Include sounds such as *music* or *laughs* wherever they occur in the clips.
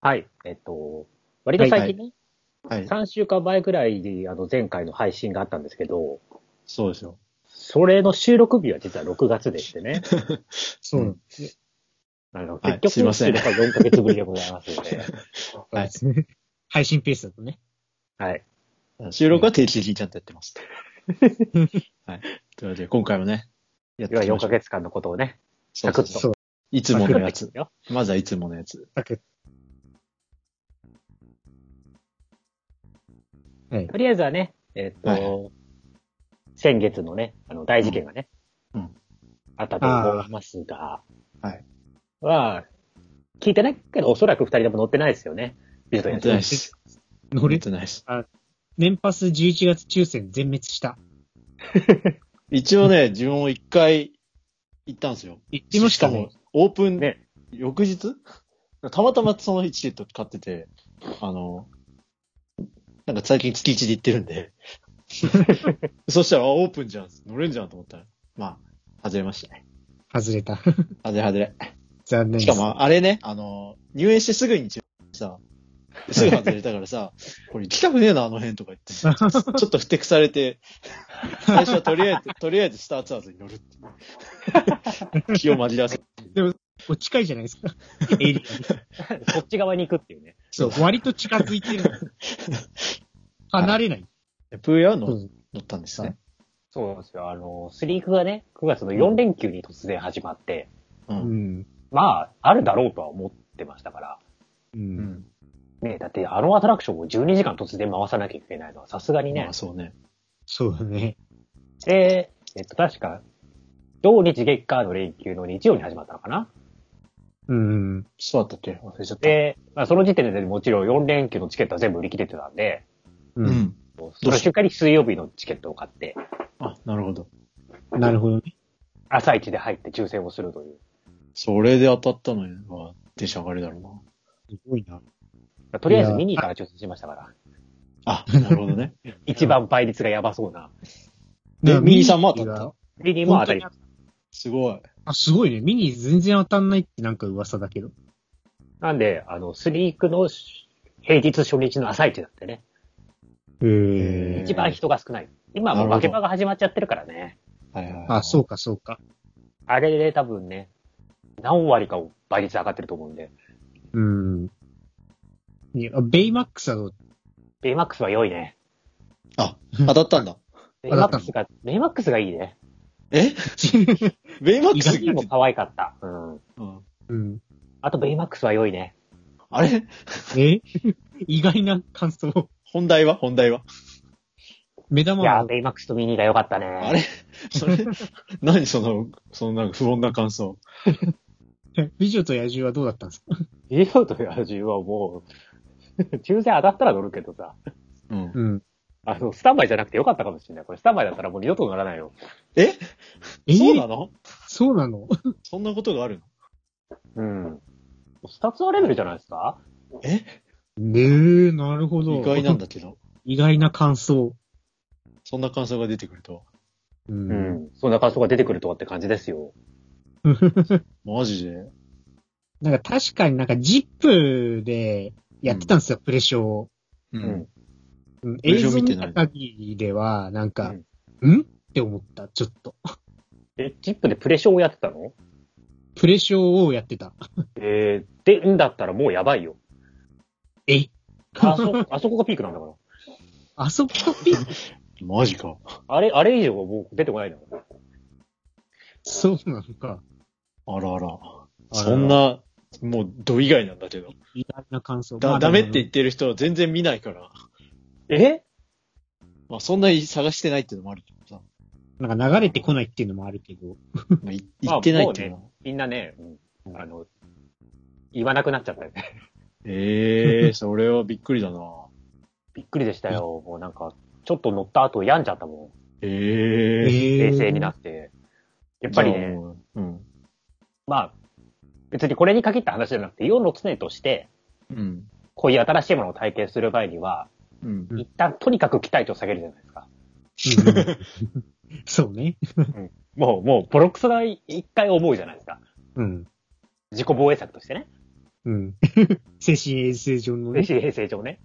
はい。えっと、割と最近ね、はい。 3週間前くらいにあの前回の配信があったんですけど、そうですよ。それの収録日は実は6月でして *laughs* ね。そうなあんのはい結局、すいません収録は4ヶ月ぶりでございますの *laughs* で。はいですね。配信ペースだとね。はい。うん収録は定期的にちゃんとやっ *laughs* てます。はい。というわけで、今回もね、やっ要はきま4しヶょう月間のことをね、そうそうそうそう。いつものやつ。よ。まずはいつものやつ。だけはい。とりあえずはね、えっと、はい先月のね、あの大事件がね、うんうんあったと思いますが、はい。は、聞いてないけど、おそらく2人とも乗ってないですよね。ビジネやっスてないです。乗やっれ、てないです。年パス11月抽選全滅した。一応ね、自分も一回行ったんですよ。言ってましたかねも。オープンね翌日たまたまその日チケット買ってて、あの、なんか最近月1で行ってるん *laughs* で。そしたら、あオープンじゃん。乗れんじゃんと思ったら。まあ、外れましたね。外れた。 *laughs* 外れ外れ。残念です。しかも、あれね、あの、入園してすぐに注文さ、すぐ外れたから *laughs* さ、これ行きたくねえな、あの辺とか言って。ちょっとふてくされて、最初はとりあ *laughs* えず、とりあえずスターツアーズに乗るっていう。 *laughs* 気を混じらせて。お近いじゃないですか。エリ *laughs* そっち側に行くっていうね。アに。割と近づいて *laughs* る。離れない。プーヤうーのん乗ったんですね。そうなんですよ。あの、スリークがね、9月の4連休に突然始まって、う。うんん。まあ、あるだろうとは思ってましたから。う。うんん。ねだってあのアトラクションを12時間突然回さなきゃいけないのはさすがにまねあ、。そうね。そうだね。で、えっと、確か、同日月間の連休の日曜に始まったのかなうん。そうだったっけ忘れちゃった。で、まあ、その時点でもちろん4連休のチケットは全部売り切れてたんで、う。うんん。その瞬間に水曜日のチケットを買って、あ、なるほど。なるほどね。朝一で入って抽選をするという。それで当たったのは、出し上がりだろうすごいな。まあとりあえずミニから抽選しましたから、な。あ、なるほ *laughs* どね。一番倍率がやばそうな。でミニさんもミニ当たっミニがも当たり本当にすごい。あ、すごいね。ミニ全然当たんないってなんか噂だけど。なんで、あの、スリークの平日初日の朝一だってね。へえ一番人が少ない。今はもうなる負けほど場が始まっちゃってるからね。はいはい。あ、そうか、そうか。あれで多分ね、何割かを倍率上がってると思うんで。うん。いや、ベイマックスはどうベイマックスは良いね。あ、当たったんだ。ベイあマだッったクのスが、ベイマックスがいいね。えベイマックガスキも可愛かった。うん。うんうん。あとベイマックスは良いね。あれえ *laughs* 意外な感想。本題は本題は目い玉やー、は、ベイマックスとミニが良かったね。*laughs* あれ *laughs* それ、何その、そのなんか不穏な感想。美女と野獣はどうだったんですかビデオと野獣はもう、 *laughs* 抽選当たったら乗るけどさ。うん。うん。あの、スタンバイじゃなくて良かったかもしれない。これスタンバイだったらもう二度と乗らないよ。ええーそうなのそうなのそんなことがあるうん。スタツアーレベルじゃないですかのえねえ、なるほど。意外なん。だけど。意外な感想。そんな感想が出てくるとは。う。うんん。そんな感想が出てくるとはって感じですよ。マジで。なんか確かになんかジップでやってたんですよ、プレショーを。うう。。うん、レ映ショー像見見てなたい限りでは、なんか、んって思った、ちょっと。え、チップでプレションをやってたのプレショーをやってた。えー、で、んだったらもうやばいよ。えあ *laughs* そ、あそこがピークなんだから。あそこがピンマジか。あれ、あれ以上はもう出てこないんだから。そうなのか。あらあら。あらそんな、もう、ど以外なんだけど。意外な感想。まだ、あダメって言っ。てる人は全然見ないから。えまあ、そんなに探してないっていうのもあるけどさ。でもなんか流れてこないっていうのもあるけど。まあ、い言ってないっていうのは。みんなね、うんあの、言わなくなっちゃったよね。 *laughs* ええー、 *laughs* それはびっくりだな。びっくりでしたよ。もうなんか、ちょっと乗った後病んじゃったもええー。ん。え冷静になって。やっぱりね、うん。まあ、別にこれに限った話じゃなくて、イオンの常として、うん。こういう新しいものを体験する場合には、うん。うん一旦とにかく期待値を下げるじゃないですか。うんそうね。もう、もう、ボロクソな一回思うじゃないですか。うん。自己防衛策としてね。うん。精神衛生上の精ね。神衛生上ね。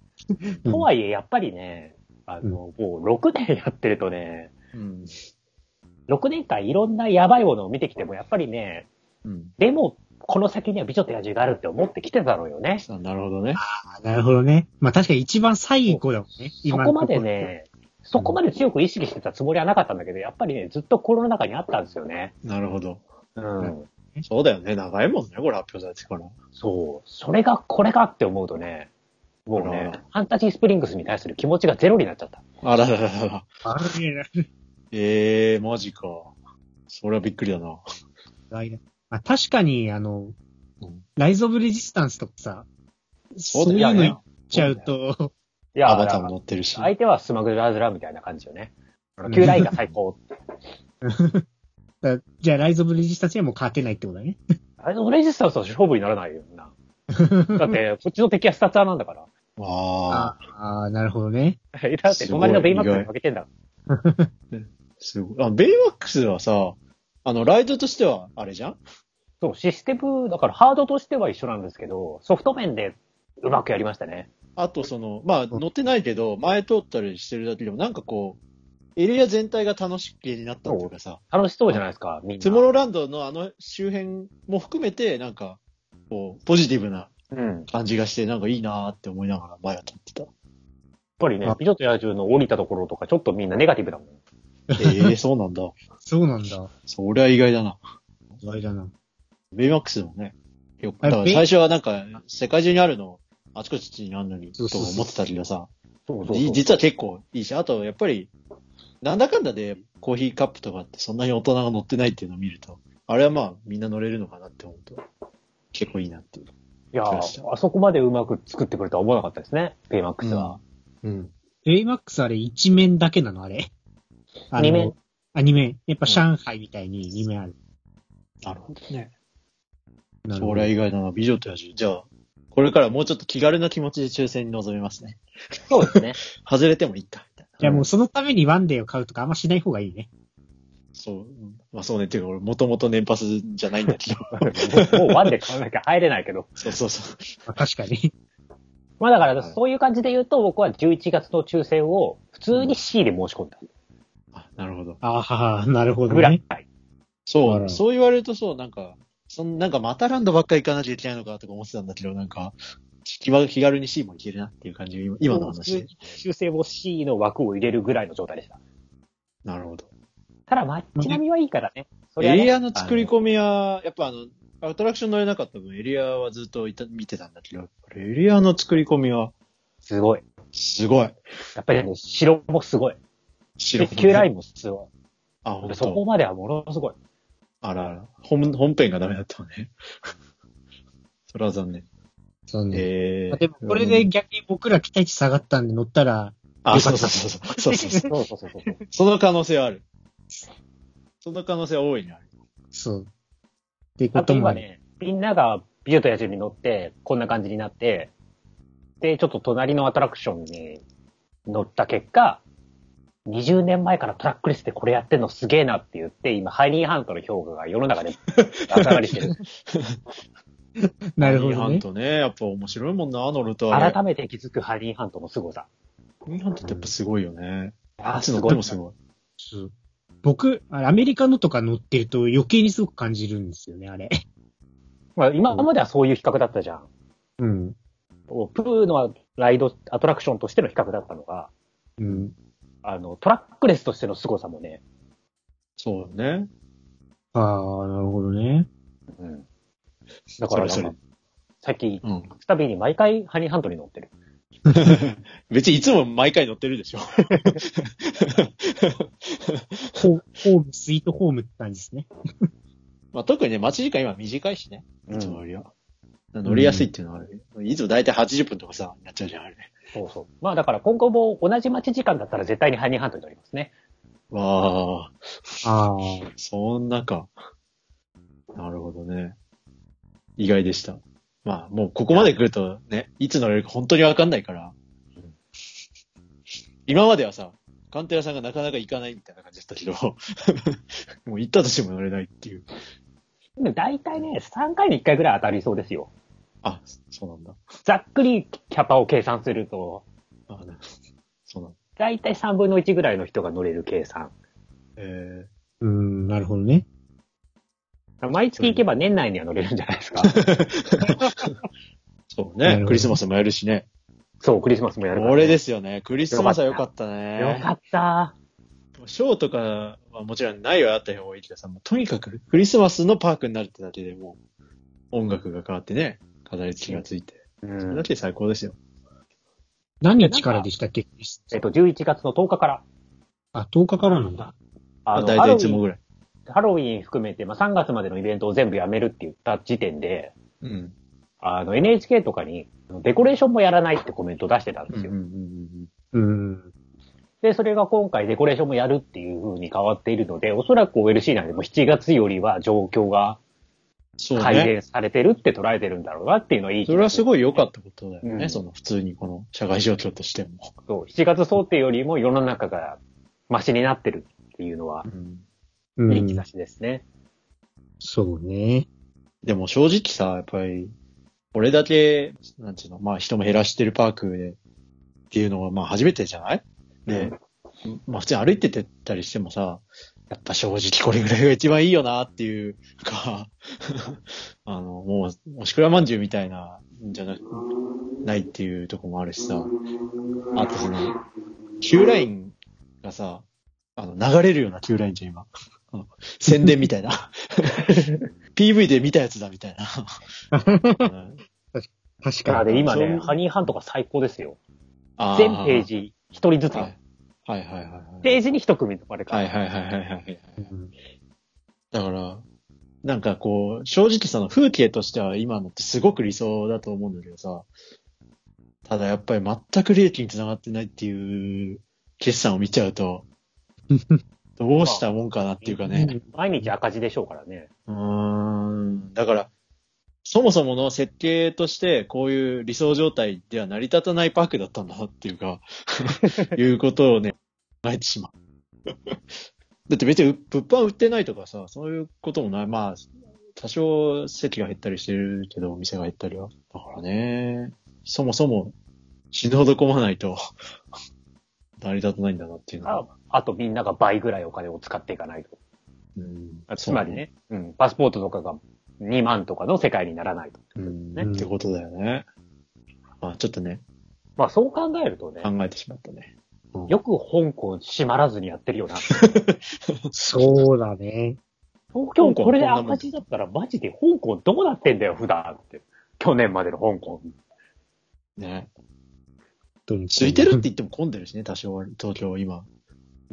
うんとはいえ、やっぱりね、あの、もう6年やってるとね、うん。 6年間いろんなやばいものを見てきても、やっぱりね、うん。でも、この先には美女と野獣があるって思ってきてたのよね。あなるほどね。あなるほどね。まあ確かに一番最後だもんね。そ今このまろで。ね、そこまで強く意識してたつもりはなかったんだけど、やっぱりね、ずっと心の中にあったんですよね。なるほど。うん。そうだよね。長いもんね、これ発表されてから。そう。それが、これがって思うとね、もうあねら、ファンタジースプリングスに対する気持ちがゼロになっちゃった。あららららら。あれねええー、マジか。それはびっくりだな。ないねまあ確かに、あのうん、ライズ・オブ・レジスタンスとかさ、そうだいようのね言っちゃうと、いアや、バターだかもら乗ってるし。相手はスマグラズラみたいな感じよね。旧ラインが最高。だじゃあライズ・オブ・レジスタンスにはもう勝てないってことだね。あれ、レジスタンスは勝負にならないよ *laughs* な。だって、こっちの敵はスタッツァーなんだから。ああ、ああー、なるほどね。 *laughs* だって、隣のベイマックスに負けてんだ。すごい。あ、ベイマックスはさ、あの、ライドとしては、あれじゃんそう、システム、だからハードとしては一緒なんですけど、ソフト面でうまくやりましたね。あと、その、まあ、乗ってないけど、前通ったりしてるだけでも、なんかこう、エリア全体が楽しげになったっていうかさ、楽しそうじゃないですか、みんな。トゥモローランドのあの周辺も含めて、なんか、こう、ポジティブなうん。やっ感じがして、なんかいいなーって思いながら前は通ってた。ぱりねあ、美女と野獣の降りたところとか、ちょっとみんなネガティブだもん。ええー、そうなんだ。そうなんだ。そりゃ意外だな。意外だな。ベイマックスもね。よあだからベイ最初はなんか、世界中にあるの、あちこちにあるのに、そとうそうそう思ってたけどさ、そうそうじそう。実は結構いいし、あとやっぱり、なんだかんだでコーヒーカップとかってそんなに大人が乗ってないっていうのを見ると、あれはまあみんな乗れるのかなって思うと、結構いいなっていう。いやー、あそこまでうまく作ってくれとは思わなかったですね、ベイマックスは。うん。ベイマックスあれ一面だけなのあれ。あの二面。あ、二面。やっぱ上海みたいに二面ある。なるほどね。なるそほりどゃ意外だな。美女と野獣。じゃあ、これからもうちょっと気軽な気持ちで抽選に臨めますね。そうですね。外れてもいいか、みたいな。いやもうそのためにワンデーを買うとかあんましない方がいいね。そう。うんまあそうね。っていうか俺もともと年パスじゃないんだけど。 *laughs* もうワンで買わなきゃ入れないけど。そうそうそう。まあ確かに。まあだかはら、いそういう感じで言うと、僕は11月の抽選を普通に C で申し込んだ。あ、なるほど。あ *laughs* あはは、なるほどぐらいね。。そあらう、そう言われるとそう、なんか、そんなんかまたランドばっかり行かなきゃいけないのかとか思ってたんだけど、なんか、気ま気軽に C も行けるなっていう感じ、今今の話で。修正を C の枠を入れるぐらいの状態でした。なるほど。ただ、まあ、街並みはいいからね。それはエねリアの作り込みは、やっぱあの、アトラクション乗れなかった分、エリアはずっといた見てたんだけど、これエリアの作り込みは、すごい。すごい。やっぱりね、城もすごい。白でくね旧ラインもすごあ、ほんい。そこまではもの *laughs* すごい。あらあら。本本編がダメだったわね。 *laughs* それは残念。そうね。えまあー、でもこれで逆に僕ら期待値下がったんで乗ったら、あ、そうそうそうそう。そうそうそうそうそうそうそう。その可能性はある。その可能性は大いにある。そう。ってこあととも今ある。ね、みんなが美女と野獣に乗って、こんな感じになって、で、ちょっと隣のアトラクションに乗った結果、20年前からトラックレスでこれやってんのすげえなって言って、今、ハイニーハントの評価が世の中 *laughs* で上がりしてる。なるほどハニーハね。ントね、やっぱ面白いもんな、乗ると。改めて気づくハイニーハントの凄さ。ハニーハントってやっぱすごいよね。あいつ乗ってもすごい。そう僕、あれアメリカのとか乗ってると余計にすごく感じるんですよね、あれ。まあ、今まではそういう比較だったじゃん。うん。プーのライド、アトラクションとしての比較だったのが、うん。あの、トラックレスとしての凄さもね、そうね。ああ、なるほどね。うん。だからなそんれかは、さっきそれ。うん。 *laughs* 行くたびに毎回ハニーハントに乗ってる。別にいつも毎回乗ってるでしょ。ホホーム、スイートホームって感じですね。まあ、特にね、待ち時間今短いしね。ういんつもよりは。乗りやすいっていうのはある。いつもだいたい80分とかさ、やっちゃうじゃん、あれ。そうそう。まあだから今後も同じ待ち時間だったら絶対にハニーハントに乗りますね。わあ、ああ。そんなか。なるほどね。意外でした。まあ、もうここまで来るとね、いつ乗れるか本当にわかんないから。今まではさ、カンテラさんがなかなか行かないみたいな感じだったけど、 *laughs* もう行ったとしても乗れないっていう。だいたいね、3回に1回ぐらい当たりそうですよ。あ、そうなんだ。ざっくりキャパを計算すると、あなそうなんだ。だいたい3分の1ぐらいの人が乗れる計算。えうーん、なるほどね。毎月行けば年内には乗れるんじゃないです *laughs* か。ー、そうなるほね。どクリスマスもやるしね。そう、クリスマスもやるから、。これですすよね。クリスマスは良かったね。よかった。ショーとかはもちろんないはあった方がいいけどさ、もうとにかくクリスマスのパークになるってだけでもう音楽が変わってね、飾り付きがついて。うそれんだ、けで最高ですよ。何日からでしたっけえっと、11月の10日から。あ、10日からなんだ。ああの大ハロウ体いつィもンぐらい。ハロウィン含めて、まあ、3月までのイベントを全部やめるって言った時点で、うん。あの、NHK とかに、デコレーションもやらないってコメント出してたんうでんすよ。うんうんうんうーん。で、それが今回デコレーションもやるっていう風に変わっているので、おそらく OLC 内でも7月よりは状況がそう改ね。善されてるって捉えてるんだろうなっていうのはいい。それはすい。ごい良かったことだよね、うんその普通にこの社会状況としても。そう、7月想定よりも世の中がマシになってるっていうのは、ういい兆ん。しですね。そうね。でも正直さ、やっぱり、これだけ、なんていうの、まあ人も減らしてるパークで、っていうのはまあ初めてじゃないで、まあ普通に歩いててたりしてもさ、やっぱ正直これぐらいが一番いいよなっていうか、 *laughs* あの、もう、おしくらまんじゅうみたいな、じゃなく、ないっていうとこもあるしさ、あとその、Q ラインがさ、あの、流れるような Q ラインじゃん今。あの宣伝みたいな。PV で見たやつだみたい *laughs* な。確あかに。で、今そねう、ハニーハントが最高ですよ。あー全ペー。ジ、一人ずつは。いはいはいはいページに一組とかではい。は買いうはいはいはいはい。うんだから、なんかこう、正直その風景としては今のってすごく理想だと思うんだけどさ、ただやっぱり全く利益につながってないっていう決算を見ちゃうと、どうしたもんかなっていうかね。毎日赤字でしょうからね。うーん。だから、そもそもの設計として、こういう理想状態では成り立たないパークだったんだなっていう *laughs* か、いうことをね、考えてしまう。だって別にう物販売ってないとかさ、そういうこともない。まあ、多少席が減ったりしてるけど、お店が減ったりは。だからね、そもそも死ぬほど混まないと、成り立たないんだなっていうのあは。あとみんなが倍ぐらいお金を使っていかないと。うんあつまりね、うん、パスポートとかが2万とかの世界にならないと。うん、ねってことだよね。まあ、ちょっとね、まあそう考えるとね、考えてしまったね。よく香港閉まらずにやって *laughs* るよな。そうだね。東京これで赤字だったらマジで香港どうなってんだよ、普段って。去年までの香港。ね。つ空いてるって言っても混んでるしね、多少は、東京今。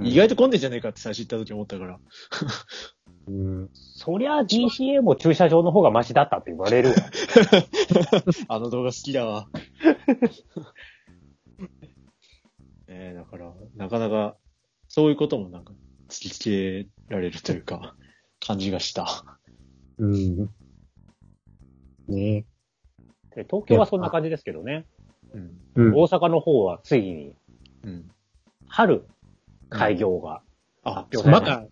意外と混んでんじゃねえかって最初行った時思ったから。うん。そりゃ DCA も駐車場の方がマシだったって言われ *laughs* るわ。あの動画好きだ *laughs* わ。ねえ、だから、なかなか、そういうこともなんか、突きつけられるというか、感じがした。うん。ねで東京はそんな感じですけどね。うん。うん。大阪の方はついにうん。春開業が。あ、発表まだ、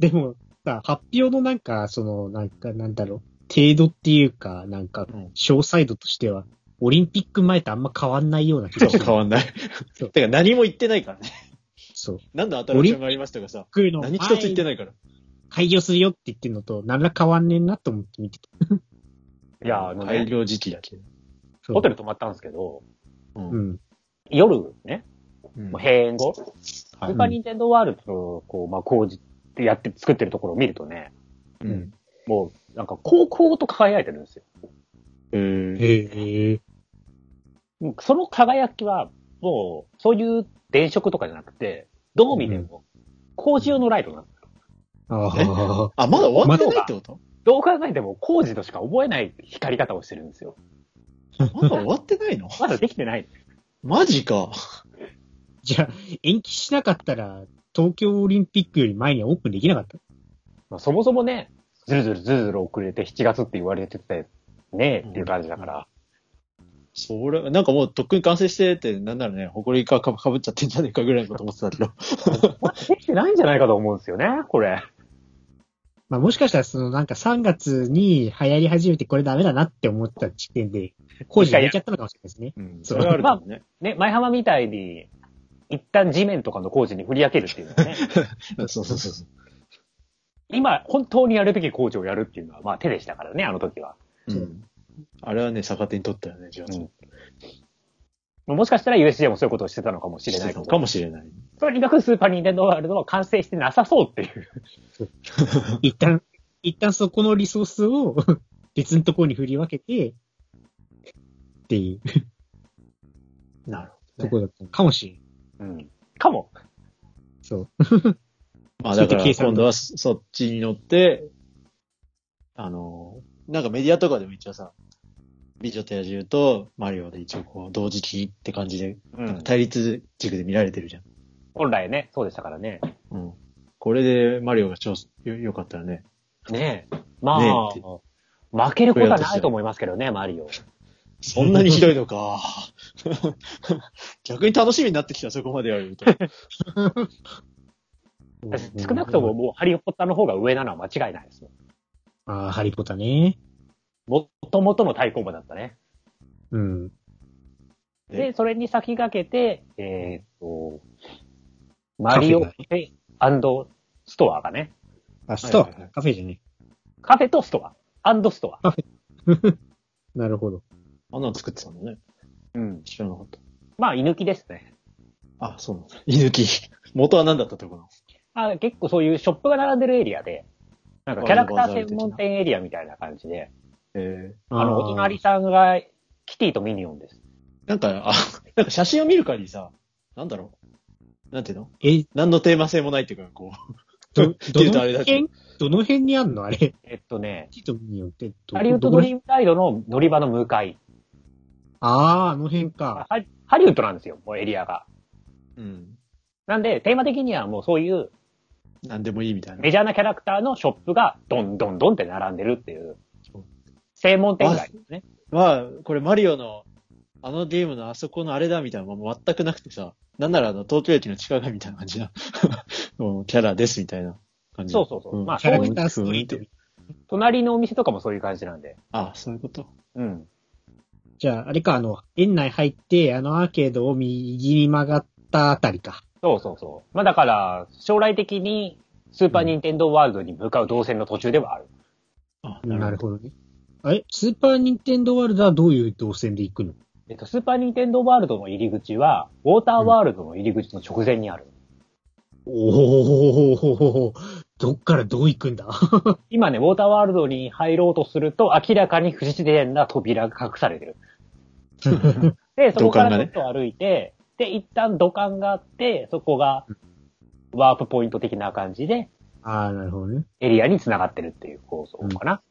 でもさ、発表のなんか、その、なんか、なんだろう、程度っていうか、なんかうん、詳細度としては、オリンピック前とあんま変わんないような気がすそうる。変わんない。そうてか何も言ってないからね。そう。何のアトラクションがありましたかさ、来るの何一つ言ってないから。開業するよって言ってるのと、何ら変わんねえなと思って見てた。いや、あの開ね、業時期だけ。そうホテル泊まったんですけど、うんうん。夜ね、うんもう閉園後、はい他ニンテンドーワールドの、こう、まあ、工事ってやって作ってるところを見るとね、うん。もう、なんか、高校と輝いてるんですよ。えー、へえ。もうその輝きは、もう、そういう電飾とかじゃなくて、どう見ても、工事用のライトなんですよ。ああ。 *laughs* あ、まだ終わってないってことどう考えても工事としか覚えない光り方をしてるんですよ。まだ終わってないのまだできてない。マジか。 *laughs* じゃあ、延期しなかったら、東京オリンピックより前にはオープンできなかったまあ、そもそもね、ずるずるずるずる遅れて7月って言われてて、ねえっていう感じだから、それ、なんかもうとっくに完成してて、なんならね、埃かかかぶっちゃってんじゃねえかぐらいのこと思ってたけど。まだできてないんじゃないかと思うんですよね、これ。まあもしかしたらそのなんか3月に流行り始めてこれダメだなって思った時点で、工事やめちゃったのかもしれないですね。 *laughs* うん。そそうれはあるかもね。ね、前浜みたいに、一旦地面とかの工事に振り分けるっていうのは *laughs* ね、そうそうそうそう。今、本当にやるべき工事をやるっていうのは、まあ手でしたからね、あの時は。うん。あれはね、逆手に取ったよね、じゃあ。うんもしかしたら USJ もそういうことをしてたのかもしれしなていけたのかど、もしれない。とにかくスーパーニンテンドーワールドは完成してなさそうっていう。一旦、一旦そこのリソースを *laughs* 別のところに振り分けて、っていうなるほところだったのかもしれん。うん。かも。そう。ど。まあだそうかいらう計算今度はそそっちに乗って、あの、なんかメディアとかでも一応さ、美女と野獣とマリオで一応こう同時期って感じで、うん。対立軸で見られてるじゃん。本来ね、そうでしたからね。うん。これでマリオが超よよかったらね。 *laughs* ねえ。まあ、ねえって負けることはないと思いますけどね、マリオ。そんなにひどいのか。 *laughs* 逆に楽しみになってきた、そこまでやると。少なくとももうハリーポッターの方が上なのは間違いないですよ。ああ、ハリポタね。もともとの対抗馬だったね。うん。で、それに先駆けて、えーっと、マカフェリがオカフェストアがね、あ、ストア、はいはいはいカフェじゃねカフェとストア、アンドストア。え。なるほど。あんなの作ってたのね。うん。知らなかった。まあ、居抜きですね。あ、そうなんだ。居抜き。元は何だったとこなのあ結構そういうショップが並んでるエリアで、なんかキャラクター専門店エリアみたいな感じで、えあの、お隣さんがキティとミニオンです。ー、なんか、あ、なんか写真を見る限りさ、なんだろう。なんていうのえ、何のテーマ性もないっていうか、こど、 *laughs* ていどうとのあれだけ辺どの辺にあんのあれ。えっとね、ティトミニオンってど、ハリウッドどこドらリームライドの乗り場の向かい。ああ、あの辺あか。ハリハリウッドなんですよ、もうエリアが。う。うん。なんで、テーマ的にはもうそういうなんでもいいみたいな。メジャーなキャラクターのショップがどんどんどんって並んでるっていうそう、正門店街ですね。は、これマリオの、あのゲームのあそこのあれだみたいなのも全くなくてさ、なんならあの東京駅の地 *laughs* 下街みたいな感じな、もうキャラですみたいな感じ。そうそうそう。んまあ、キャラクタースそうトいうリート雰囲。隣のお店とかもそういう感じなんで。あ、そういうこと。うん。じゃあ、あれか、あの、園内入って、あのアーケードを右に曲がったあたりか。そうそうそう。まあだから、将来的にスーパーニンテンドーワールドに向かう動線の途中ではある。あ、なるど。ほどね。あれスーパーニンテンドーワールドはどういう動線で行くのえっと、スーパーニンテンドーワールドの入り口は、ウォーターワールドの入り口の直前にある。おおどっからどう行くんだ今ね、ウォーターワールドに入ろうとすると、明らかに不自然な扉が隠されてる。で、そこからちょっと歩いて、で、一旦土管があって、そこが、ワープポイント的な感じで、ああ、なるほどね。エリアに繋がってるっていう構想かな。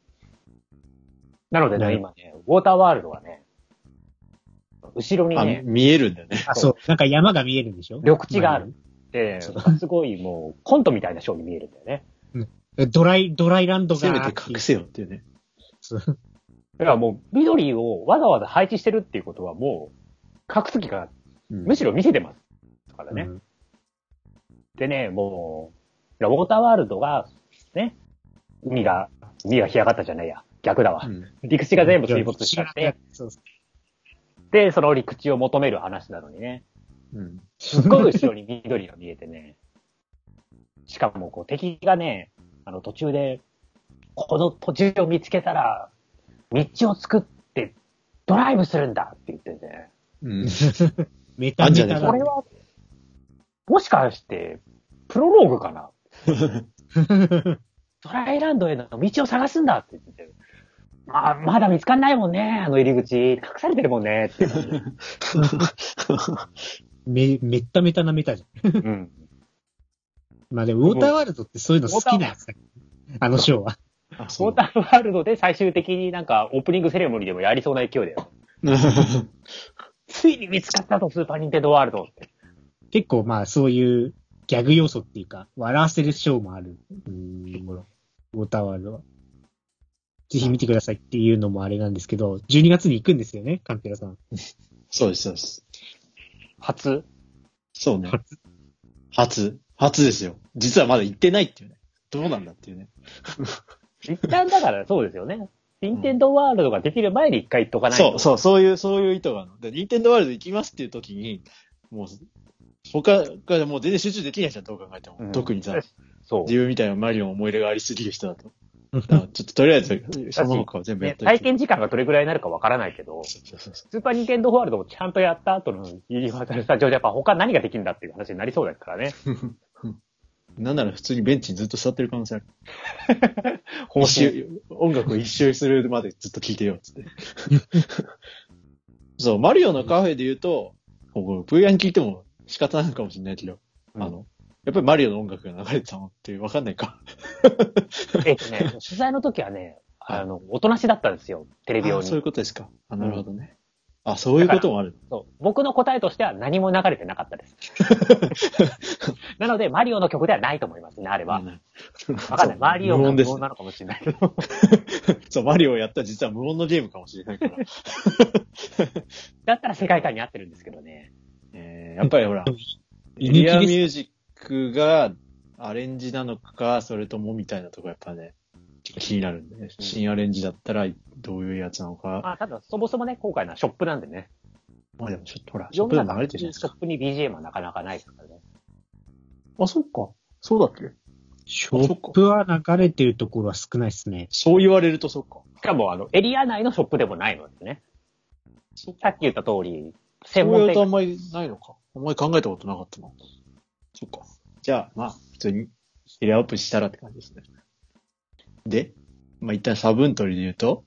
なのでなね、る今ね、ウォーターワールドはね、後ろにあ、ね、見えるんだよね。あ、そう。なんか山が見えるんでしょ緑地がある。で、そうすごいもう、コントみたいなショーに見えるんだよね。ドライ、ドライランドが。せめて隠せよっていうね。だからもう、緑をわざわざ配置してるっていうことはもう、隠す気が、むしろ見せてます。だからね。うんでね、もう、ウォーターワールドが、ね、海が、海が干上がったじゃないや。逆だわう。ん。陸地が全部水没しちゃって、。そうそうで、その陸地を求める話なのにね、うん。す *laughs* っごい後ろに緑が見えてね、しかもこう敵がね、あの途中で、この土地を見つけたら、道を作ってドライブするんだって言ってね、うん。メあタんじメタゃねえかこだれは、もしかして、プロローグかな *laughs* トライランドへの道を探すんだって言ってて。まあ、まだ見つかんないもんね、あの入り口。隠されてるもん *laughs* ね、って。め、めっためたなメタじゃうん。ん。まあでも、ウォーターワールドってそういうの好きなやつだあのショーは。あ、ウォーターワールドで最終的になんかオープニングセレモニーでもやりそうな勢いだよ。ー。ついに見つかったと、スーパーニンテンドーワールドって。結構まあ、そういうギャグ要素っていうか、笑わせるショーもある。うん、ウォーターワールドは。ぜひ見てくださいっていうのもあれなんですけど、12月に行くんですよね、カンペラさん。 *laughs* そうです、そうです。初そうね。初初。初ですよ。実はまだ行ってないっていうね。どうなんだっていうね。一旦だからそうですよね。任天堂ワールドができる前に一回行っとかないそう、と。そう、そういう、そういう意図があるの。で、ニンテンドワールド行きますっていう時に、もう、他からもう全然集中できないじゃん、どう考えても。うん特にさ、そう。自分みたいなマリオン思い入れがありすぎる人だと。だからちょっととりあえず、その他を全部やっねといて。体験時間がどれぐらいになるかわからないけど、そうそうそうそスーパーニンテンドーワールドをちゃんとやった後のユニバーサルスタジオジャパン、他何ができるんだっていう話になりそうですからね。う。なんなら普通にベンチにずっと座ってる可能性ある。方一周、音楽を一周するまでずっと聴いてよ、つ *laughs* って。そう、マリオのカフェで言うと、こう VR に聞いても仕方ないのかもしれないけど、うんあの、やっぱりマリオの音楽が流れてたのってわかんないか。えっとね、取材の時はね、はいあの、おとなしだったんですよ、テレビ用あに。そうそいううことですか。あ、なるほどね。あ、そういうこともある。僕の答えとしては何も流れてなかった *laughs* です。なので、マリオの曲ではないと思いますね、あれは。わかんない。マリオ無が音です無音なのかもしれないけど。 *laughs* そう、マリオをやったら実は無音のゲームかもしれない *laughs* から。だったら世界観に合ってるんですけどね。えーやっぱ *laughs* りほら、居エ抜きリアでミすュージックがアレンジなのか、それともみたいなとこやっぱね、気になるんで、ね、新アレンジだったらどういうやつなのか。まあ、ただ、そもそもね、今回のはショップなんでね。まあでもちょっとほら、シ世ョップので中流のれシてるじゃないですョか。ップに BGM はなかなかないですからね。あ、そっか。そうだっけショップは流れてるところは少ないですね。そう言われるとそっか。しかも、あの、エリア内のショップでもないのですね。そっさか。っき言った通り、そう専門言うとあん店。まりないのか。あんまり考えたことなかったな。そっか。じゃあ、まあ、普通に、レイアップしたらって感じですね。で、まあ一旦サブントリで言うと、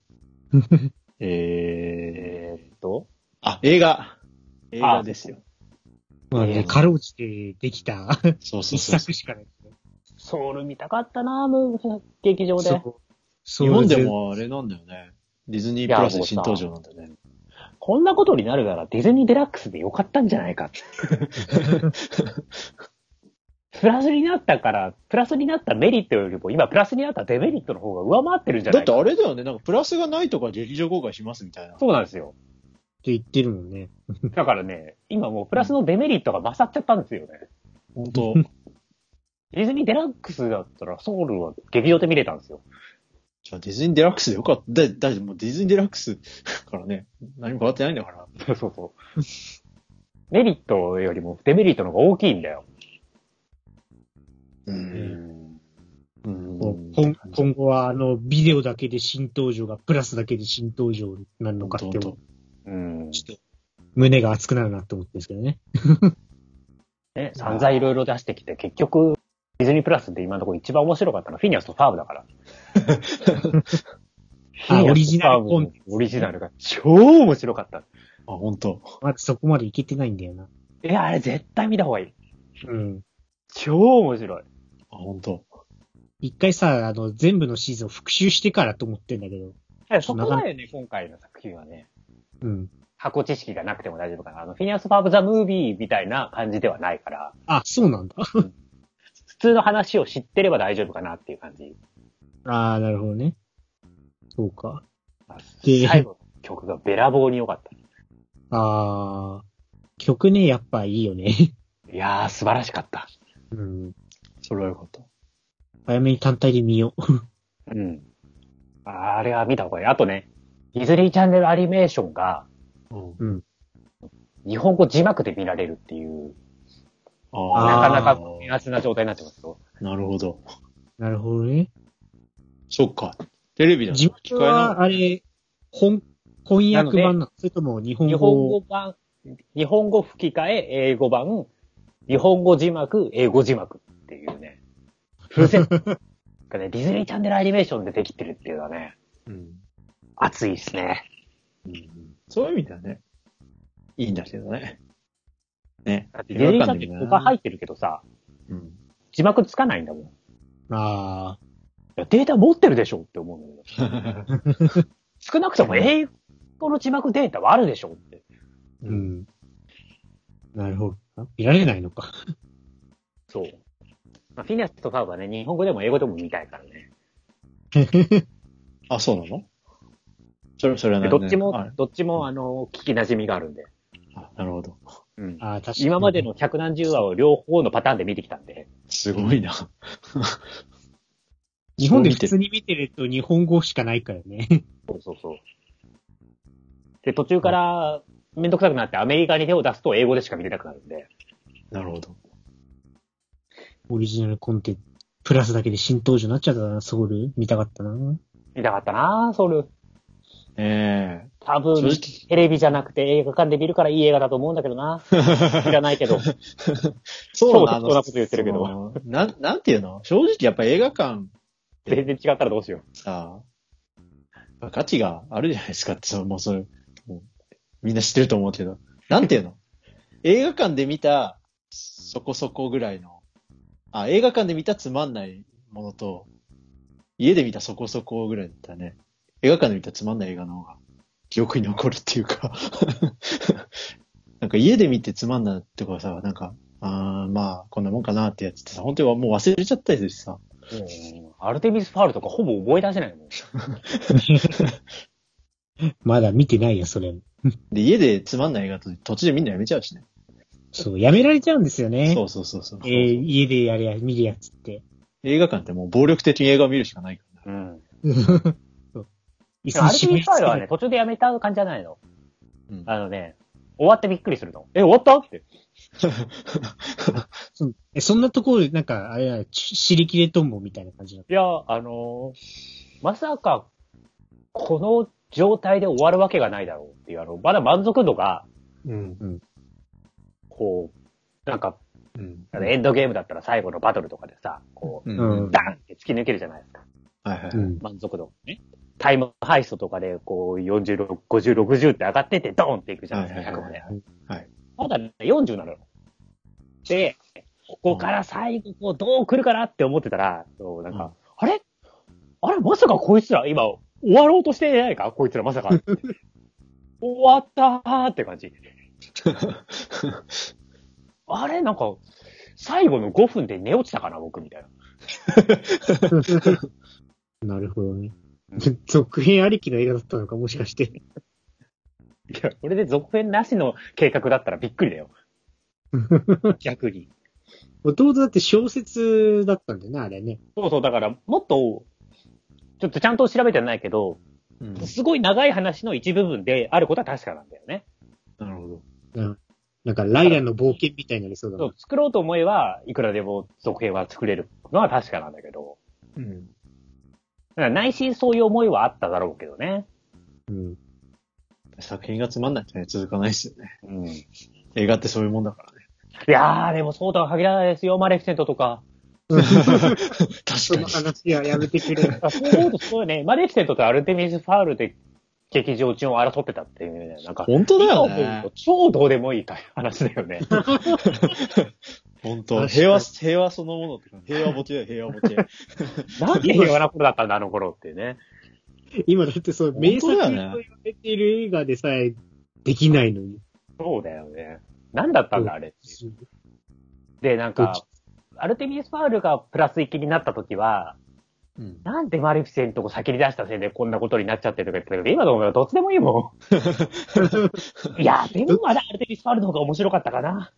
えー、えーっと、あ、映画。映画ですよ。まあいやね、かろうじてできたそうそ一うそう作しかないですね。ソウル見たかったなムー劇場で。そう。そ日う本でもあれなんだよね。ディズニープラスで新登場なんだよね。こんなことになるならディズニーデラックスでよかったんじゃない *laughs* か。プラスになったから、プラスになったメリットよりも、今プラスになったデメリットの方が上回ってるんじゃだなっいてか。あれだよね。なんかプラスがないとか劇場公開しますみたいな。そうなんですよ。って言ってるもんね。だからね、今もうプラスのデメリットが勝っちゃったんですよね。本当。ディズニーデラックスだったらソウルは劇場で見れたんですよ。じゃあディズニーデラックスでよかった。だ、だってもうディズニーデラックスからね、何も変わってないんだから。そう *laughs* そうそう。メリットよりもデメリットの方が大きいんだよ。うう。ん。うん。こう今今後は、あの、ビデオだけで新登場が、プラスだけで新登場になるのかって本当思う、うん。ちょっと、胸が熱くなるなって思ってるんですけどね。ね、散々いろいろ出してきて、結局、ディズニープラスで今のところ一番面白かったのはフィニアスとファーブだから。フィニアスとファーブオリジナルコンテンツオリジナルが超面白かった。あ、本当。まだそこまでいけてないんだよな。いや、あれ絶対見た方がいい。うん。超面白い。あ、本当。一回さ、あの、全部のシーズンを復習してからと思ってんだけど。そこまでね、今回の作品はね、うん。箱知識がなくても大丈夫かな。あの、フィニアス・ファーブ・ザ・ムービーみたいな感じではないから、あ、そうなんだ。普通の話を知ってれば大丈夫かなっていう感じ。ああ、なるほどね。そうか。で最後の曲がべらぼうに良かった。ああ、曲ね、やっぱいいよね。いやー、素晴らしかった。うん。それはよかった。早めに単体で見よう。うん。あれは見た方がいい。あとね、ディズニーチャンネルアニメーションが、うん。うん。日本語字幕で見られるっていう、あなーかなか複雑な状態になってますよ。なるほど。なるほどね。そっか。テレビだと自聞分こえなは、あれ、本、翻訳版なのそれとも日本日本語語版、日本語吹き替え、英語版、日本語字幕、英語字幕っていうね。風 *laughs* 船がね、ディズニーチャンネルアニメーションでできてるっていうのはね、うん。熱いですね。うんそういう意味ではね、いいんだけどね。ね。だってディズニーチャンネ映ル画館でも他な入ってるけどさ、うん。字幕つかないんだもん。いああ、やデータ持ってるでしょって思うんだけど。少なくとも英語の字幕データはあるでしょって。ううんん。なるほど。見られないのか。そう。まあ、フィニアスとファーブはね、日本語でも英語でも見たいからね。あ、そうなのそれ、それはでね。どっちあも、どっちも、あの、聞き馴染みがあるんで。あなるほど。うん。ああ、確かに。今までの百何十話を両方のパターンで見てきたんで。すごいな。日本で普通に見てると日本語しかないからね。 *laughs* そうそうそう。で、途中から、めんどくさくなってアメリカに手を出すと英語でしか見れなくなるんで。なるほど。オリジナルコンテンツ、プラスだけで新登場になっちゃったな、ソウル。見たかったな。 *laughs* 見たかったなぁ、ソウル。ええ多分、テレビじゃなくて映画館で見るからいい映画だと思うんだけどな。知らないけど。そうな超適の当なこと言ってるけどそのなん、なんていうの正直やっぱ映画館全然違ったらどうしよさ、価値があるじゃないですかって、そのもうそれ、もうみんな知ってると思うけど。なんていうの *laughs* 映画館で見た、そこそこぐらいの、あ、映画館で見たつまんないものと、家で見たそこそこぐらいだったね。映画館で見たつまんない映画の方が、記憶に残るっていうか。 *laughs* なんか家で見てつまんないとかさ、なんか、あーまあ、こんなもんかなってやつってさ、本当はもう忘れちゃったりするしさ。う。うんアルテミスファールとかほぼ覚え出せないもん。まだ見てないよ、それ。で、家でつまんない映画と途中でみんなやめちゃうしね。そう、やめられちゃうんですよね。そうそうそうそう。えー家でやるや、見るやつって。映画館ってもう暴力的に映画を見るしかないから、ね。うん。そう椅でもアルテ絞ミりスフつァールかはれね、て途中でやめた感じじゃないの。うんあのね、終わってびっくりするの。え、終わったって。そうえそんなところ、なんか、あれだ、ち知り切れとんぼみたいな感じだっいや、あのーまさか、この状態で終わるわけがないだろうっていう、あの、まだ満足度が、うん。こう、なんか、うん。あのエンドゲームだったら最後のバトルとかでさ、こう、ううんん。ダンって突き抜けるじゃないですか。はいはいた。。うん。満足度。タイムハイストとかで、こう、46、50、60って上がってって、ドーンっていくじゃないですか、は100いはまいでは。はい。まだね、40なのよ。で、ここから最後、こう、どう来るかなって思ってたら、そうなんか、うんあれあれまさかこいつら、今、終わろうとしてないかこいつらま *laughs* さか。終わったーって感じ。あれなんか、最後の5分で寝落ちたかな僕みたいな。なるほどね。続編ありきの映画だったのか、もしかして。いや、これで続編なしの計画だったらびっくりだよ。逆に。弟だって小説だったんだよね、あれね。そうそう、だから、もっと、ちょっとちゃんと調べてないけど、うんすごい長い話の一部分であることは確かなんだよね。なるほど。うん。なんか、ライラの冒険みたいになりそうだそなう。作ろうと思えば、いくらでも続編は作れるのは確かなんだけど、うん。だから内心そういう思いはあっただろうけどね。うん。作品がつまんないとね、続かないですよね。うん。い映画ってそういうもんだからね。やー、でもそうとは限らないですよ、マレフィセントとか。そ確のかに。話はやめて *laughs* くれ。あそう思うとそうよね、マレフィセントとアルテミス・ファウルで劇場中を争ってたっていうね、なんか、 *laughs* 本当だよ今思うねと。超どうでもいい話だよ *laughs* ね。確本か当。に平和、平和そのものって感じ。平和ボケだよ、平和ボケ。 *laughs* なんで平和なことだったんだ、あの頃っていうね。今だってそう、名作と本当だよね言われている映画でさえできないのに。そうだよね。なんだったんだ、あれっていう。で、なんどっかち、アルテミス・ファウルがプラス1になった時は、うん。なんでマレフィセントを先に出したせいでこんなことになっちゃってるとか言ってたけど、今の思えばどっちでもいいも *laughs* ん。いや、でもまだアルテミス・ファウルの方が面白かったかな。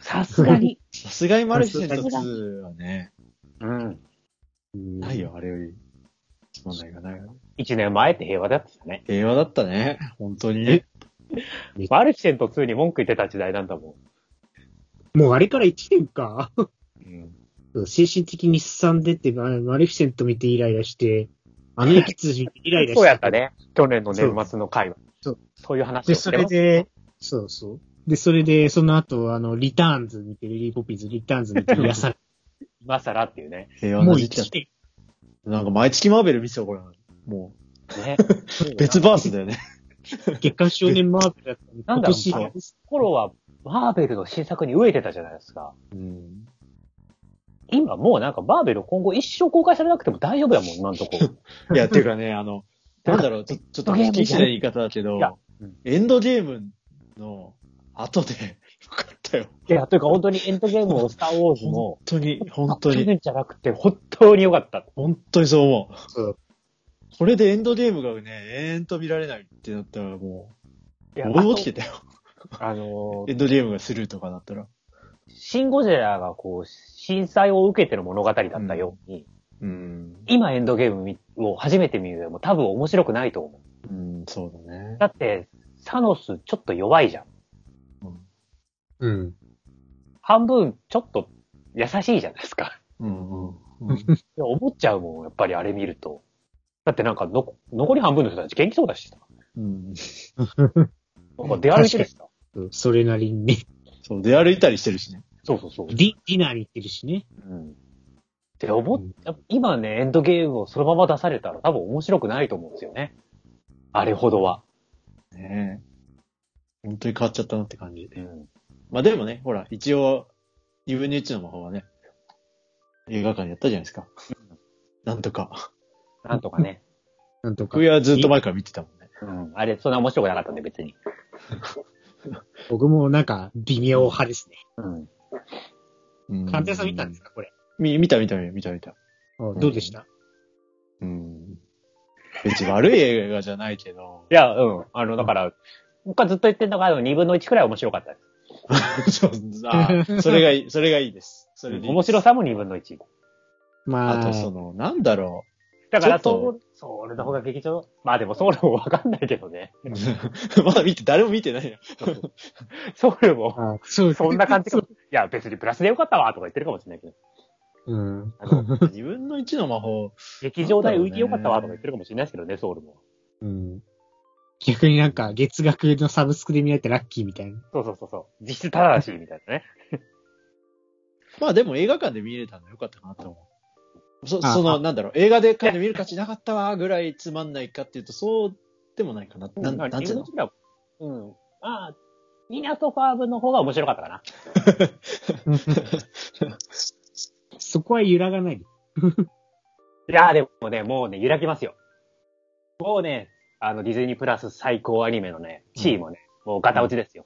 さすが *laughs* に。さすがにマルシェント2はね、うん。な。ないよ、あれより。つまんないがないよ。 1年前って平和だったよね。平和だったね。本当にね。マレフィセント2に文句言ってた時代なんだももうあれから1年か。ん。うん。そう精神的に荒んでって、まあマレフィセント見てイライラして、あの駅通じてイライラして。そうやったね。去年の年末の会話。そうそういう話をで、しそてまれす。で、そうそう。で、それで、その後、あの、リターンズ見て、リリー・ポピンズ、リターンズ見て、癒され今更っていうね。平た。和もなう時期だっ1た。年。なんか毎月マーベル見てたよ、これ。もねう、別バースだよね。月刊少年マーベルだったのになん今だろう年あの頃は、マーベルの新作に飢えてたじゃないですか。うん。今もうなんかマーベル今後一生公開されなくても大丈夫だもん、今んとこ。いや、っていうかね、あの、 *laughs* なんだろう、ちょちょっとゲー聞ムき捨てない言い方だけいやどうん、エンドゲームの後で、 *laughs* よかったよ。いや、というか本当にエンドゲームもスターウォーズ本も、当に、本当に、んじゃなくて本当に良かった。本当にそう思う。そうこれでエンドゲームがね、延々と見られないってなったらも、いうや俺も起きてたよ。あとあのエンドゲームがスルーとかだったら。シン・ゴジラがこう、震災を受けてる物語だったように、うん。今エンドゲームを初めて見るよりも多分面白くないと思う。うん、そうだね。だって、サノスちょっと弱いじゃん。うん。半分ちょっと優しいじゃないですか。うんうん。うんいや思っちゃうもん、やっぱりあれ見ると。だってなんかの、残り半分の人たち元気そうだしさ。うん。なんか出歩いてるしさ。それなりにね。そう、出歩いたりしてるしね。そうそうそうデ。ィ、ディナーに行ってるしね。うん。って思っ、今ね、エンドゲームをそのまま出されたら多分面白くないと思うんですよね。あれほどは。ねえ。本当に変わっちゃったなって感じ。うん。まあでもね、ほら、一応、2分の1の魔法はね、映画館でやったじゃないですか。なんとか。なんとかね。 *laughs* なんとか僕。はずっと前から見てたもんね。うん。あれ、そんな面白くなかったんで、別に。僕もなんか、微妙派ですね。うん。うんカンテさん見たんですかこれ。み見た見た見た見た。あどうでしたうん。別に悪い映画じゃないけどい。や、うん。あの、だから、僕はずっと言ってんのが、あの、2分の1くらい面白かったです。 *laughs* そうあーそれがいい、それがいいです。それでいい面白さも2分の1。まあとそあ、の、なんだろだから、ちょそう、そう、俺の方が劇場、まあでも、ソウルもわかんないけど *laughs* ね。う。 *laughs* まだ見て、誰も見てないよ。ソウルも、あそうそんな感じかも。いや、別にプラスでよかったわ、とか言ってるかもしれないけど。うん。あの *laughs* 2分の1の魔法、劇場代浮いてよかったわ、とか言ってるかもしれないですけどね、ソウルも。うん。逆になんか、月額のサブスクで見られてラッキーみたいな。そうそうそうそう。実質ただだし、みたいなね。まあでも映画館で見れたのよかったかなと思う。そあそあの、なんだろう、映画で館で見る価値なかったわぐらいつまんないかっていうと、そうでもないかな。なん、まあなんつう自分のの時はうん。まあ、ミナトファーブの方が面白かったかな。そこは揺らがない。いやーでもね、もうね、揺らきますよ。もうね、あの、ディズニープラス最高アニメのね、地位もね、もうガタ落ちですよ。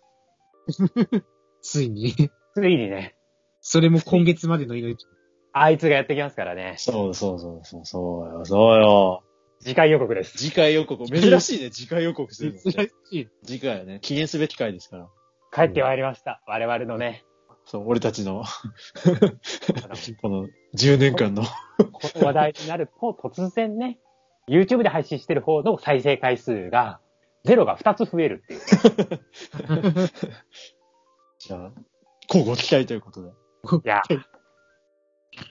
ついに。ついにね、それも今月までの命。あいつがやってきますからね、 *laughs* そうそうそうそう、そうよ、そうよ。次回予告です。次回予告、珍しいね、次回予告するのっ *laughs* て珍しい。次回はね、記念すべき回ですから。帰ってまいりました。我々のね、そう、俺たちの、あ *laughs* のこの10年間の。 *laughs* この話題になると、突然ね、YouTube で配信してる方の再生回数が、ゼロが2つ増えるっていう。じゃあ、交互期待ということで。いや、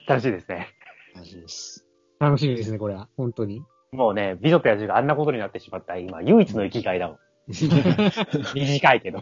楽しいですね。マジです。楽しみですね、これは。本当に。もうね、美女 *laughs* *laughs* と野獣があんなことになってしまった今、唯一の生きがいだもん。短いけど。